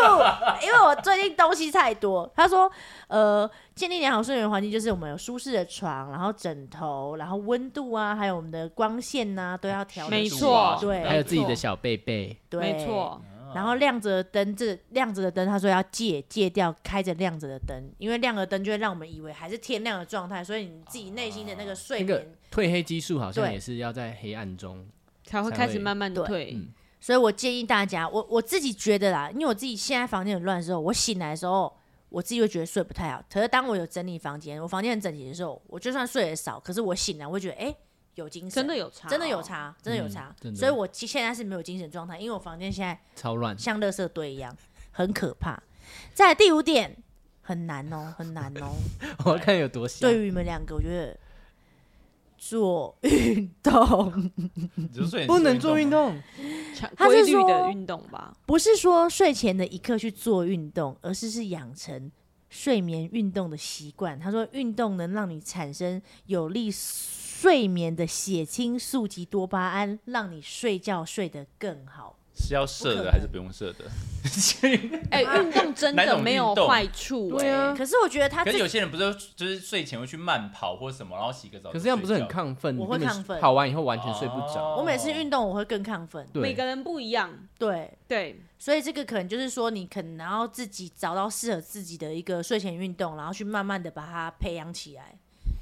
A: 因为我最近东西太多。他说，呃，建立良好睡眠环境就是我们有舒适的床，然后枕头，然后温度啊，还有我们的光线呐、都要调
E: 没
A: 整。
E: 错，
A: 啊对
B: 还有自己的小贝贝，
A: 对，
E: 没。错，
C: 嗯
A: 然后亮着的灯，这亮着的灯，他说要戒戒掉开着亮着的灯，因为亮着灯就会让我们以为还是天亮的状态，所以你自己内心的那个睡
B: 那
A: 眠。
B: 个褪黑激素好像
A: 对
B: 也是要在黑暗中。
E: 才会
B: 才
E: 开始
B: 会
E: 慢慢
A: 对
E: 退。
B: 嗯
A: 所以我建议大家，我我自己觉得啦，因为我自己现在房间很乱的时候，我醒来的时候，我自己会觉得睡不太好。可是当我有整理房间，我房间很整齐的时候，我就算睡得少，可是我醒来我会觉得，哎、有精神，
E: 真的有差哦，
A: 真的有差，真的有差。
B: 嗯真的
A: 所以我其现在是没有精神状态，因为我房间现在
B: 超乱，
A: 像垃圾堆一样，很可怕。再来第五点，很难哦，很难 哦。
B: 我要看有多小。
A: 对于你们两个，我觉得做运动
C: 你就睡
B: 不能做运
C: 动吗，
B: 动，
E: 差，
A: 他是
E: 规律的
A: 说
E: 运动吧？
A: 不是说睡前的一刻去做运动，而是是养成睡眠运动的习惯。他说，运动能让你产生有利睡眠的血清素及多巴胺，让你睡觉睡得更好。
C: 是要射的还是不用射的？
E: 哎， 运动真
C: 哪
E: 的
C: 种
E: 没有
C: 运动
E: 坏处，
B: 对啊
E: 哎，
A: 可是我觉得他
C: 可
A: 自
C: 是有
A: 己
C: 些人不是就是睡前会去慢跑或什么，然后洗个澡。
B: 可是这样不是很？亢奋？
A: 我会
B: 你根本
A: 亢奋
B: 跑完以后完全睡不着。
C: 哦
A: 我每次运动我会更亢奋。
B: 对
E: 每个，人不一样。
A: 对，
E: 对，
A: 所以这个可能就是说，你可能要自己找到适合自己的一个睡前运动，然后去慢慢的把它培养起来。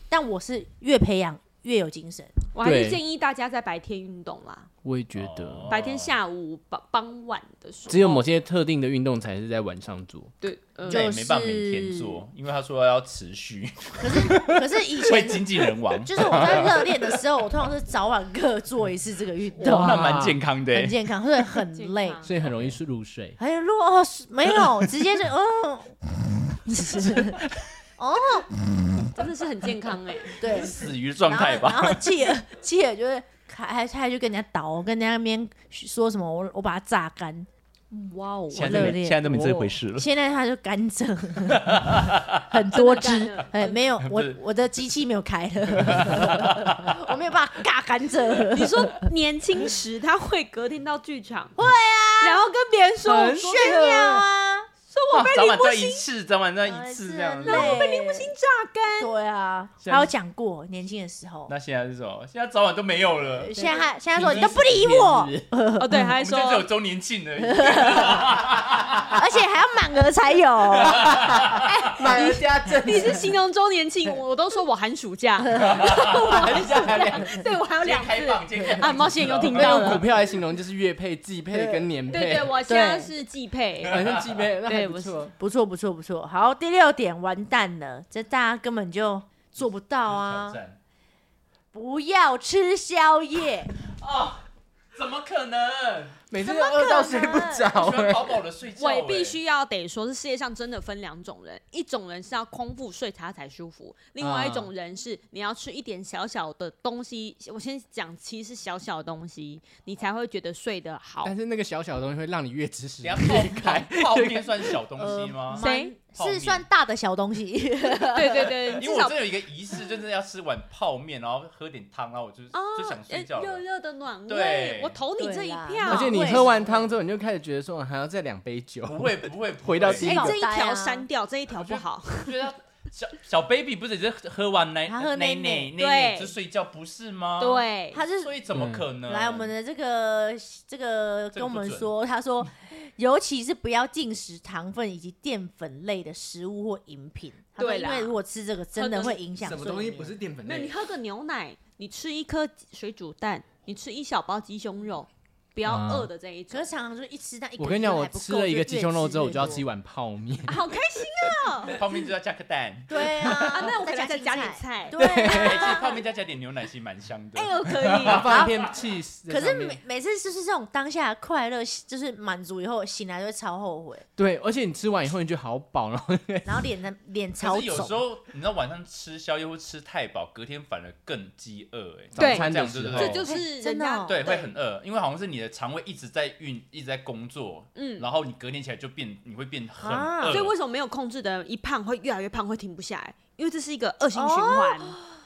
A: 但我是越培养越有精神。
E: 我还是
B: 对
E: 建议大家在白天运动啦，
B: 我也觉得
C: 哦，
E: 白天下午傍傍晚的时候，
B: 只有某些特定的运动才是在晚上做。
E: 对，呃
A: 就
C: 那也没办
A: 是
C: 法每天做，因为他说要持续，
A: 可是以
C: 会
A: 前
C: 经纪人亡，
A: 就是我在热恋的时候，我通常是早晚各做一次这个运动
B: 哇，
C: 那蛮健康的欸
A: 啊很。健康，会很累
E: 健。康
B: 所以很容易是入睡。
A: 还有如果哦是没有，直接就 嗯，哦，
E: 真的是很健康哎、
A: 对，
C: 死鱼状态
A: 然
C: 吧，
A: 后然后气了气了就会还还还去跟人家倒，跟人家那边说什么我我把它榨干，
E: 哇哦，
A: 在热恋
C: 都没这回事了。
A: 现在它就干 整，很多
E: 真
A: 汁
E: 的干了，
A: 哎，没有
C: 不
A: 我
C: 是
A: 我的机器没有开了， 我没有办法尬甘蔗。
E: 你说 年轻时他会隔天到剧场，会啊，然后跟别人说我
A: 炫耀啊，
E: 说我被
C: 早
E: 林
C: 晚
E: 柏
C: 再
E: 星
C: 一次，早晚再一次这样子。
A: 那我被
E: 林柏星榨干，
A: 呃对啊，
C: 现在
A: 他有讲过年轻的时候，呃
C: 那现在是什么？现在早晚都没有了。
A: 现在他现在说你都不理我，
E: 哦对，
C: 嗯我
E: 还
C: 们
E: 说
C: 就只有周年庆而 已，
A: 而且还要满额才 有，
D: 买了家政，
E: 你是形容周 年庆，我都说我寒暑假，
C: 人家还 两
E: 对我还有
C: 今天
E: 两
C: 嗯开
E: 次
C: 放，今天开放
E: 啊，冒险有听
B: 那
E: 到
B: 用股
E: 了，
B: 票来形容就是月配、季配跟年
E: 对
B: 配
E: 对，，我现在是季配，
B: 好像季 配那还
E: 对
B: 不错。
A: 哎不错不错不错。好，第六点完蛋了，这大家根本就做不到啊
C: 挑！战
A: 不要吃宵夜，
C: 哦，怎么可能？
D: 每次都饿到睡不着
C: 我喜欢饱饱的睡觉。
E: 我也
C: 哎
E: 必须要得说，是世界上真的分两种人，一种人是要空腹睡他才舒服，另外一
C: 啊
E: 种人是你要吃一点小小的东西。我先讲，其实是小小的东西，你才会觉得睡得好
B: 但。是那个小小的东西会让你越支持
C: 等。一下泡泡面算小 东
A: 呃
C: 西吗？
E: 谁
A: 蛮
C: 泡
A: 是
C: 面
A: 算大的小东 西？
E: 对对对，
C: 因为
E: 至
C: 我
E: 少
C: 真的有一个仪式，就是要吃碗泡面，然后喝点汤，然后我就就想睡觉
E: 呃热
C: 了。
E: 热的暖胃
C: 对，
E: 我投你这
A: 对
E: 一
A: 啦
E: 票。哎
B: 而且你喝完汤之后，你就开始觉得说啊还要再两杯酒。
C: 不会不会，不会
B: 回到第
E: 哎
B: 一，
E: 这一
A: 脑袋啊
E: 条删掉，这一条不好。
C: 我觉得小小 baby 不是也是喝完奶
A: 他喝
C: 奶
A: 奶
C: 奶
A: 奶
C: 奶奶
E: 对
C: 就睡觉，不是吗？，
E: 对，
A: 他是
C: 所以怎么可
E: 嗯
B: 嗯
C: 能？
A: 来我们的这个这个
C: 这个
A: 跟我
C: 不
A: 们
C: 准
A: 说，他说， 尤其是不要进食糖分以及淀粉类的食物或饮品。他说
E: 对
A: 因
E: 啦
A: 为如果吃这个真的会影响睡眠。
B: 淀粉
E: 没有你？喝个牛奶，你吃一颗水煮蛋，你吃一小包鸡胸肉，不要
B: 啊
E: 饿的这一
A: 可
E: 种。
A: 是常常就一吃那一个
B: 我跟你
A: 月
B: 讲，
A: 还
B: 我
A: 不
B: 吃
A: 够
B: 了一
A: 就
B: 个
A: 越
B: 鸡胸肉之后，我
A: 越
B: 就要
A: 多，
B: 吃一碗泡面。
E: 啊好开心啊！
C: 泡面就要加个蛋
A: 对啊，
E: 啊，那我可能再
A: 再
E: 加点
A: 青菜。
E: 菜。
A: 对
C: 哎
A: 啊，
C: 其 实泡面再加点牛奶其实蛮香的
E: 哎，。我 可
B: 然后
E: 以。
B: 放一片 cheese 在
A: 可是
B: 上面。
A: 每每次就是这种当下的快乐，就是满足以后醒来就会超后悔，
B: 对，而且你吃完以后你就好饱，然后
A: 然后脸的脸
C: 可
A: 超
C: 是有时
A: 肿。
C: 候你知道晚上吃宵夜或吃太饱，隔天反而更饥饿哎。
B: 早
E: 对
B: 餐
C: 这
B: 的
C: 样子
B: 时
C: 对
B: 候，
C: 不对
E: 这就
A: 哎
E: 是人
A: 真的
E: 家
A: 哦
C: 对，会很饿，因为好像是你的肠胃一直在运，一直在工作，
E: 嗯
C: 然后你隔天起来就变，你会变很
A: 啊
C: 饿，
E: 所以为什么没有控制的人一胖会越来越胖，会停不下来？因为这是一个恶性循环。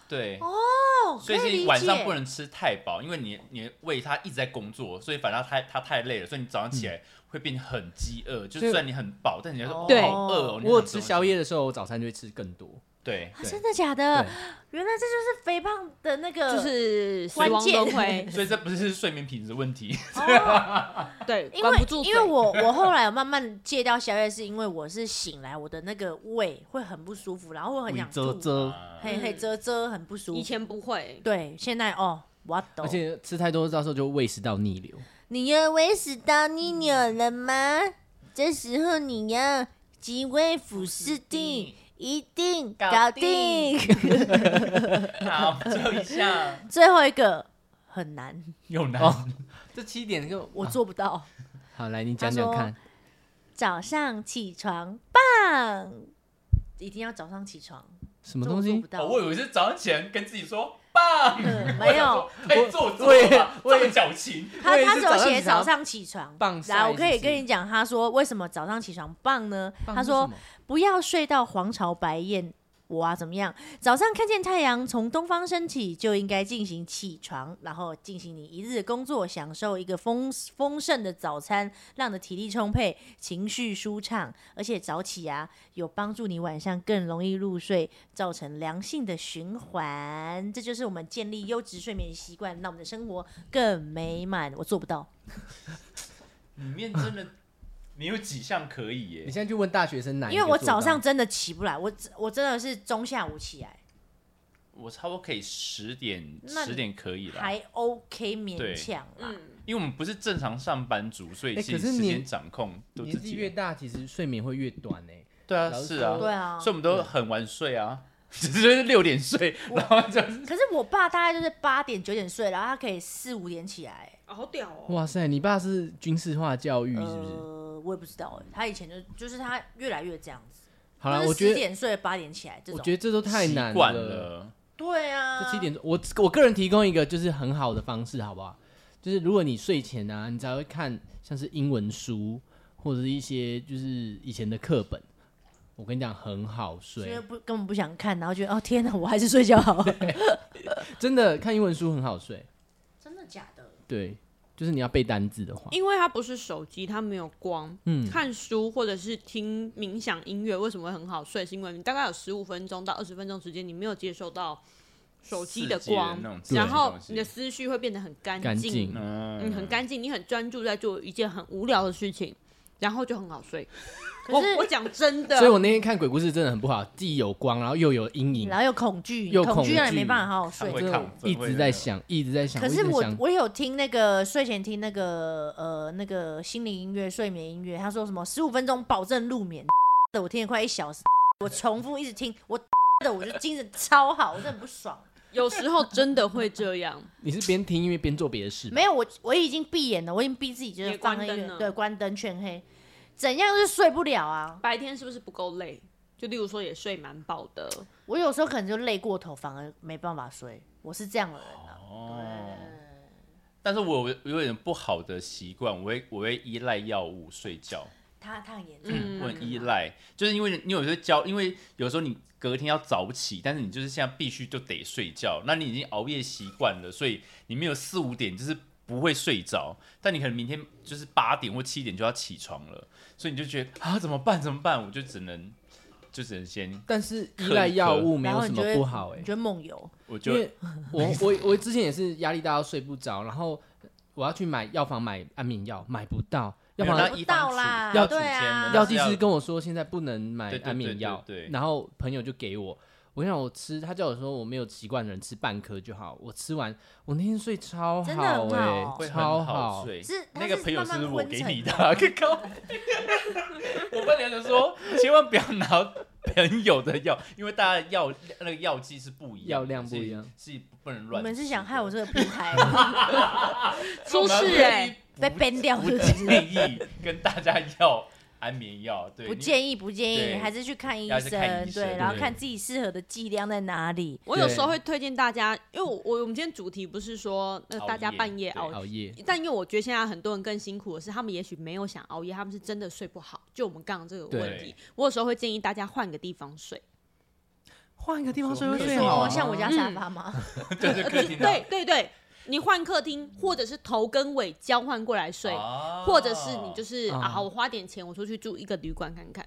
C: 对，
A: 哦，
C: 所以
A: 可
C: 是
A: 理
C: 晚上
A: 解
C: 不能吃太饱，因为你你的胃它一直在工作，所以反正它太它太累了，所以你早上起来会变很饥饿，就
B: 所以
C: 虽然你很饱，但你还是
A: 哦
C: 哦
E: 对
C: 好饿哦。你
B: 我有
C: 很
B: 吃
C: 饿
B: 宵，夜的时候，我早餐就会吃更多。
C: 对，
A: 啊
B: 对
A: 真的假的？原来这就是肥胖的那个，
E: 就是死
A: 关
E: 亡
A: 键
E: 轮回
C: 所以这不是睡眠品质问题，
A: 哦
E: 对，
A: 因
E: 管
A: 为
E: 不住嘴
A: 因为我 我后来有慢慢戒掉宵夜，是因为我是醒来我的那个胃会很不舒服，然后我很想
B: 啧
A: 吐，
B: 啧，
C: 啊
A: 嘿嘿
E: 嗯
A: 啧啧很不舒服。
E: 以前不会，
A: 对，现在哦，我懂
B: 而。且吃太多，到时候就胃食道逆
A: 哦
B: 流。
A: 你要胃食道逆流了吗？这时候你要即位俯视定，一定搞定。
C: 好，最后一项
A: 最后一个很难，
C: 又难，
B: 哦这七点就
A: 我做不到。
B: 好，来你讲讲
A: 他说
B: 看。
A: 早上起床棒，一定要早上起床。
B: 什么
A: 这我
B: 东
A: 做
B: 西
A: 不？
C: 哦
A: 到？
C: 我以为是早上起来跟自己说棒，
A: 嗯没有，
C: 哎，这我做
B: 我也
C: 了吧，
B: 我
C: 这
B: 也
C: 么矫情，
A: 他
B: 我也
A: 他
B: 是
A: 只有
B: 早上
A: 写
B: 起床
A: 早上起床
B: 棒晒
A: 来，我可
B: 是
A: 以
B: 不
A: 跟
B: 是
A: 你讲，他说为什么早上起床棒呢？他说不要睡到黄巢白燕。我啊，怎么样？早上看见太阳从东方升起，就应该进行起床，然后进行你一日的工作，享受一个丰丰盛的早餐，让你的体力充沛，情绪舒畅，而且早起啊，有帮助你晚上更容易入睡，造成良性的循环。这就是我们建立优质睡眠习惯，让我们的生活更美满。我做不到，
C: 里面真的没有几项可以
B: 你
C: 耶，
B: 现在去问大学生哪一个
A: 因
B: 做
A: 为
B: 到？
A: 我早上真的起不来，我我真的是中下午起来。
C: 我差不多可以十点
A: 那你
C: 十点可以了，
A: 还 OK
C: 对
A: 勉强啦。
E: 嗯，
C: 因为我们不是正常上班族，所以
B: 哎
C: 其实
B: 可是
C: 时间
B: 年
C: 掌控都自
B: 年纪
C: 己
B: 越大，其实睡眠会越短呢、
A: 欸
C: 对啊，
B: 老实
C: 是啊，
B: 说
A: 对啊
C: 所以我们都很晚睡啊， 只是六点睡，然后就
A: 可是我爸大概就是八点九点睡，然后他可以四五点起来。
E: 哦好屌哦，
B: 哇塞，你爸是军事化教嗯育是不是？
A: 呃，我也不知道哎，他以前就就是他越来越这样子。
B: 好了，
A: 就是
B: 我觉
A: 十
B: 得
A: 点睡八点起来这
B: 我
A: 种。
B: 觉得这都太
C: 习
B: 难
C: 惯
B: 了。
C: 了。
A: 对啊，
B: 这七点钟，我我个人提供一个就是很好的方式，好不好？就是如果你睡前啊，你才会看像是英文书或者是一些就是以前的课本，我跟你讲很好
A: 因
B: 睡
A: 为，不根本不想看，然后觉得哦天哪，我还是睡觉好 了。
B: 真的看英文书很好睡。
A: 真的假的？
B: 对，就是你要背单字的话，
E: 因为它不是手机，它没有光，
B: 哦嗯
E: 看书或者是听冥想音乐，为什么会很好睡？是因为你大概有十五分钟到二十分钟时间，你没有接受到手机的
C: 世界的
E: 光
C: 那种，
E: 然后
C: 东西
E: 你的思绪会变得很干
B: 干
E: 净
B: 净，
E: 嗯，很干净，你很专注在做一件很无聊的事情，然后就很好睡。
A: 可
E: 我
B: 哦
A: 是
E: 我讲真的，
B: 所以我那天看鬼故事真的很不好，既有光，然后又有阴影，
A: 然后又恐惧，
B: 又
A: 恐
B: 恐
A: 惧让你
B: 惧
A: 没办法好好睡
C: 他。会
B: 真的
C: 亢奋
B: 一
C: 会
B: 直
C: 那
B: 在
C: 个
B: 想，一直在想。
A: 可
B: 一
A: 是
B: 直在
A: 我
B: 想
A: 我有听那个睡前听那个呃那个心灵音乐、睡眠音乐，他说什么十五分钟保证入眠的，我听了快一小时，我重复一直听，我的我就精神超好，我真的很不爽。
E: 有时候真的会这样，
B: 你是边听音乐边做别的事吧，
A: 没有，我我已经闭眼了，我已经逼自己就是
E: 也
A: 放那
E: 关灯
A: 个
E: 了
A: 对关灯全黑，怎样就是睡不了啊。
E: 白天是不是不够累？就例如说也睡蛮饱的，
A: 我有时候可能就累过头，反而没办法睡，我是这样的人啊。嗯
C: 哦。但是我有我有点不好的习惯，我会我会依赖药物睡觉，
A: 他他很严重，
E: 嗯
C: 我很依赖，就是因为你有时候教，因为有时候你隔天要早起，但是你就是现在必须就得睡觉，那你已经熬夜习惯了，所以你没有四五点就是不会睡着，但你可能明天就是八点或七点就要起床了，所以你就觉得啊怎么办怎么办，我就只能就只能先
B: 但是依
C: 克
B: 赖药
C: 克
B: 物没
A: 然
B: 有
A: 后
B: 什
A: 你就
B: 么
A: 会
B: 不好哎、
A: 你就会梦游。
C: 我
B: 因
C: 就
B: 为 我我我之前也是压力大到睡不着，然后我要去买药房买安眠药，买不到，药
C: 没有
B: 房
C: 那
A: 不
C: 一
A: 到
C: 方处
A: 啦
C: 要
A: 对
C: 处签
A: 啊
C: 的
B: 药
C: 那
B: 剂
C: 是要
B: 师跟我说现在不能买
C: 对对
B: 安眠
C: 对
B: 药
C: 对对，
B: 然后朋友就给我，我让我吃，他叫我说我没有习惯的人吃半颗就好，我吃完我那天睡超
A: 真的很
B: 好哎、
A: 好
C: 会很
B: 超
C: 好睡。
A: 是
C: 那
A: 它
C: 个
A: 是
C: 朋友
A: 慢
C: 是
A: 慢
C: 我
A: 昏
C: 给
A: 沉
C: 你
A: 的
C: 的啊， 更高。我问娘就说，千万不要拿朋友的药，因为大家药那个药剂是不一样的，
B: 药量不一样
C: 是，是不能
A: 你
C: 乱吃的。
A: 们是想害我这个平台 吗
E: 出事哎，
A: 被 ban 掉
C: 不
A: 是不是？
C: 建议跟大家要安眠药，对，
A: 不
C: 你
A: 建议，不建议，
C: 对
A: 还是去看医
C: 要
A: 生
C: 去，看医生
A: 对，然后
B: 对
A: 看自己适合的剂量在哪里。
E: 我有时候会推荐大家，因为我我我们今天主题不是说呃
C: 熬
E: 大家
C: 夜
E: 半夜
C: 对
E: 熬夜，
B: 熬夜，
E: 但因为我觉得现在很多人更辛苦的是，他们也许没有想熬夜，他们是真的睡不好。就我们刚刚这个问题
C: 对，
E: 我有时候会建议大家换个地方睡。
B: 换一个地方睡
C: 我
B: 会
C: 们
B: 睡
C: 睡
B: 好
C: 过
B: 啊，
A: 哦像我家沙发吗？
C: 就是客厅的
E: 呃对对对，你换客厅，或者是头跟尾交换过来睡，
C: 啊
E: 或者是你就是
A: 嗯
B: 啊
E: 啊，好我花点钱，我出去住一个旅馆看看。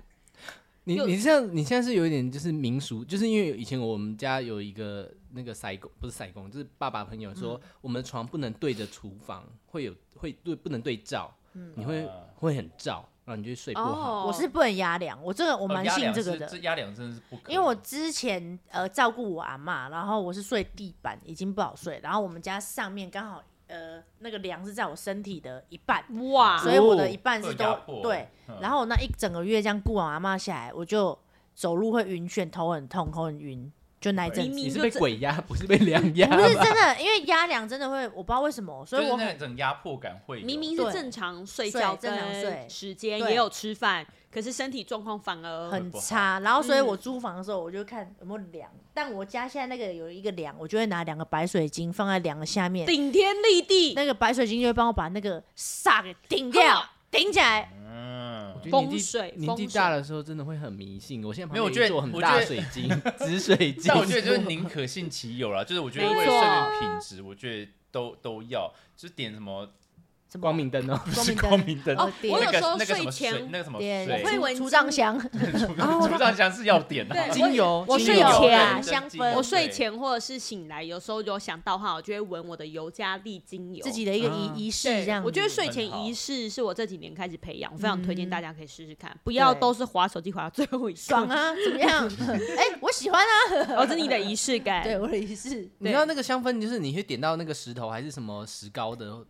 B: 你
E: 又
B: 你这样，你现在是有一点就是民俗，就是因为以前我们家有一个那个塞工，不是塞工，就是爸爸朋友说、
E: 嗯
B: 我们的床不能对着厨房，会有会对不能对照，你会
C: 啊
B: 会很照，然后你就睡不好。
E: 嗯哦，
A: 我是不能压量，我这个我
C: 呃
A: 蛮
C: 压
A: 信
C: 两
A: 这个
C: 是
A: 的
C: 这，压两真的是不可以，
A: 因为我之前呃照顾我阿妈，然后我是睡地板，已经不好睡，然后我们家上面刚好呃那个梁是在我身体的一半，
E: 哇，
A: 所以我
B: 哦
A: 的一半是
C: 会
A: 都、
C: 压迫
A: 对，
C: 嗯
A: 然后我那一整个月这样顾完阿妈下来，我就走路会晕眩，头很痛，头很晕，就那一阵
E: 明
A: 子。
E: 明
B: 你是
E: 就
B: 被
E: 这
B: 鬼压，不是被梁压
A: 不是
B: 吧？
A: 真的，因为压梁真的会，我不知道为什么，所
C: 就
A: 以
C: 是
A: 我
C: 那
A: 很
C: 种压迫感会有
E: 明明是
A: 对
E: 正常睡觉
A: 睡正常睡
E: 跟时间，
A: 对
E: 也有吃饭，可是身体状况反而
A: 很
C: 不好
A: 差。然后所以
E: 嗯
A: 我租房的时候，我就看有没有梁。但我家现在那个有一个梁，我就会拿两个白水晶放在梁的下面，
E: 顶天立地。
A: 那个白水晶就会帮我把那个煞给顶掉
E: 哈，
A: 顶起来。
C: 嗯
B: 我觉得年纪
E: 风水
B: 年纪
E: 风水
B: 大的时候真的会很迷信。我现在旁
C: 没有我
B: 边
C: 觉得
B: 有一座很
C: 我
B: 大
C: 觉
B: 的
C: 得
B: 水晶、紫水晶，
C: 但我觉 得就是宁可信其有啦，就是我觉得
E: 没
C: 为了
E: 错
C: 睡眠品质，我觉得都都要，就是点什么
A: 什
B: 光
A: 么？
B: 明灯哦，
C: 不
A: 光
C: 是
A: 明灯
C: 光明灯，
E: 哦，
A: 点
E: 我
C: 那
E: 有时
C: 个
E: 候
C: 那个什
E: 睡
C: 么水，
E: 前
C: 那个什么
A: 点
C: 水，
E: 会闻
A: 除障香，
C: 除除障香是要点的啊
E: 对，
B: 精油，
A: 我
B: 精
A: 睡
B: 油
A: 前啊
C: 对
A: 香
C: 对
A: 氛
E: 我睡前或者是醒来，有时候有想到的话，我就会闻我的尤加利精油。
A: 自己的一个
B: 啊
A: 仪仪式
E: 对
A: 这样子。
E: 我觉得睡
C: 很
E: 前
C: 好
E: 仪式是我这几年开始培养，我非常推荐大家可以试试看，不
A: 对
E: 要都是划手机划到最后一刻
A: 爽，啊，怎么 样？哎，我喜欢啊，嗯
E: 哦，这是你的仪 式感。
A: 对我的仪式。
B: 你知道那个香氛就是你会点到那个石头还是什么石膏的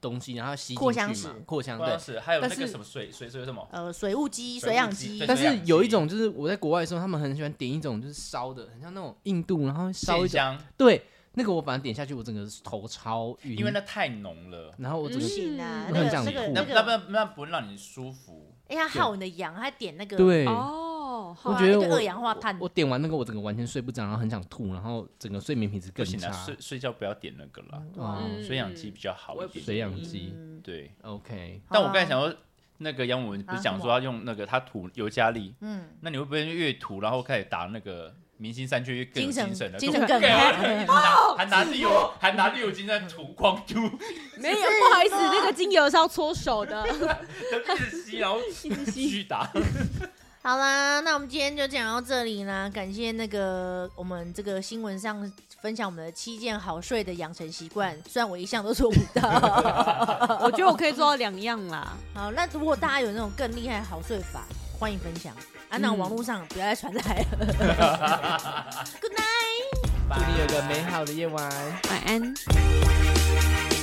B: 东西，然后吸进
A: 扩香
B: 去嘛
A: 石
B: 扩香
C: 不知
B: 对。
C: 道啊是还有那
B: 但
C: 个
B: 是
C: 什么水水水什么，
A: 呃，水雾机、
C: 水
A: 水
C: 雾
A: 氧
C: 机
A: 机
C: 对，
B: 但
C: 水
B: 是
C: 氧
B: 有一
C: 机
B: 种就是我在国外的时候，他们很喜欢点一种就是烧的，很像那种印度，然后烧一种，
C: 线香，
B: 对，那个我反正点下去，我整个头超晕，
C: 因为那太浓了，
B: 然后我整个
A: 不行啊，
B: 嗯
A: 那
B: 我很
A: 个
B: 想
A: 那个
B: 吐
A: 那
C: 那那
A: 个，
C: 不那不会让你舒服，
A: 哎，他耗你的氧，他点那个，
B: 对，
E: 哦，好
B: 我
A: 哇
E: 啊
B: 觉得
A: 那个
B: 我
A: 二氧化碳
B: 我点完那个我整个完全睡不着，然后很想吐，然后整个睡眠品质
C: 不
B: 更
C: 行啊，
B: 差
C: 睡。睡觉不要点那个了，
B: 哦
E: 嗯
C: 水氧机比较好
E: 我也
C: 一
E: 不
C: 点，
B: 水氧机
A: 嗯
C: 对。
B: ，OK，
A: 好
C: 但我刚才
A: 啊
C: 想说，那个杨文不是讲说要用那个他涂尤加利，
A: 嗯，
C: 那你会不会越涂然后开始打那个明星三缺一更
A: 精
C: 有精
A: 神
C: 神了？
A: 精神
C: 更
A: 更好。
C: 好， 还拿还拿绿油还拿绿油精在涂光 涂，
E: 没有，不好意思，那个精油是要搓手的。
C: 一直吸然后一直吸续打。
A: 好啦，那我们今天就讲到这里啦，感谢那个我们这个新闻上分享我们的七件好睡的养成习惯，虽然我一向都做不到。
E: 我觉得我可以做到两样啦。
A: 好，那如果大家有那种更厉害的好睡法，欢迎分享。啊，那
E: 嗯
A: 网络上不要再传来了。Good night。
B: 祝你有个美好的夜晚。
E: 晚安。
A: 晚安。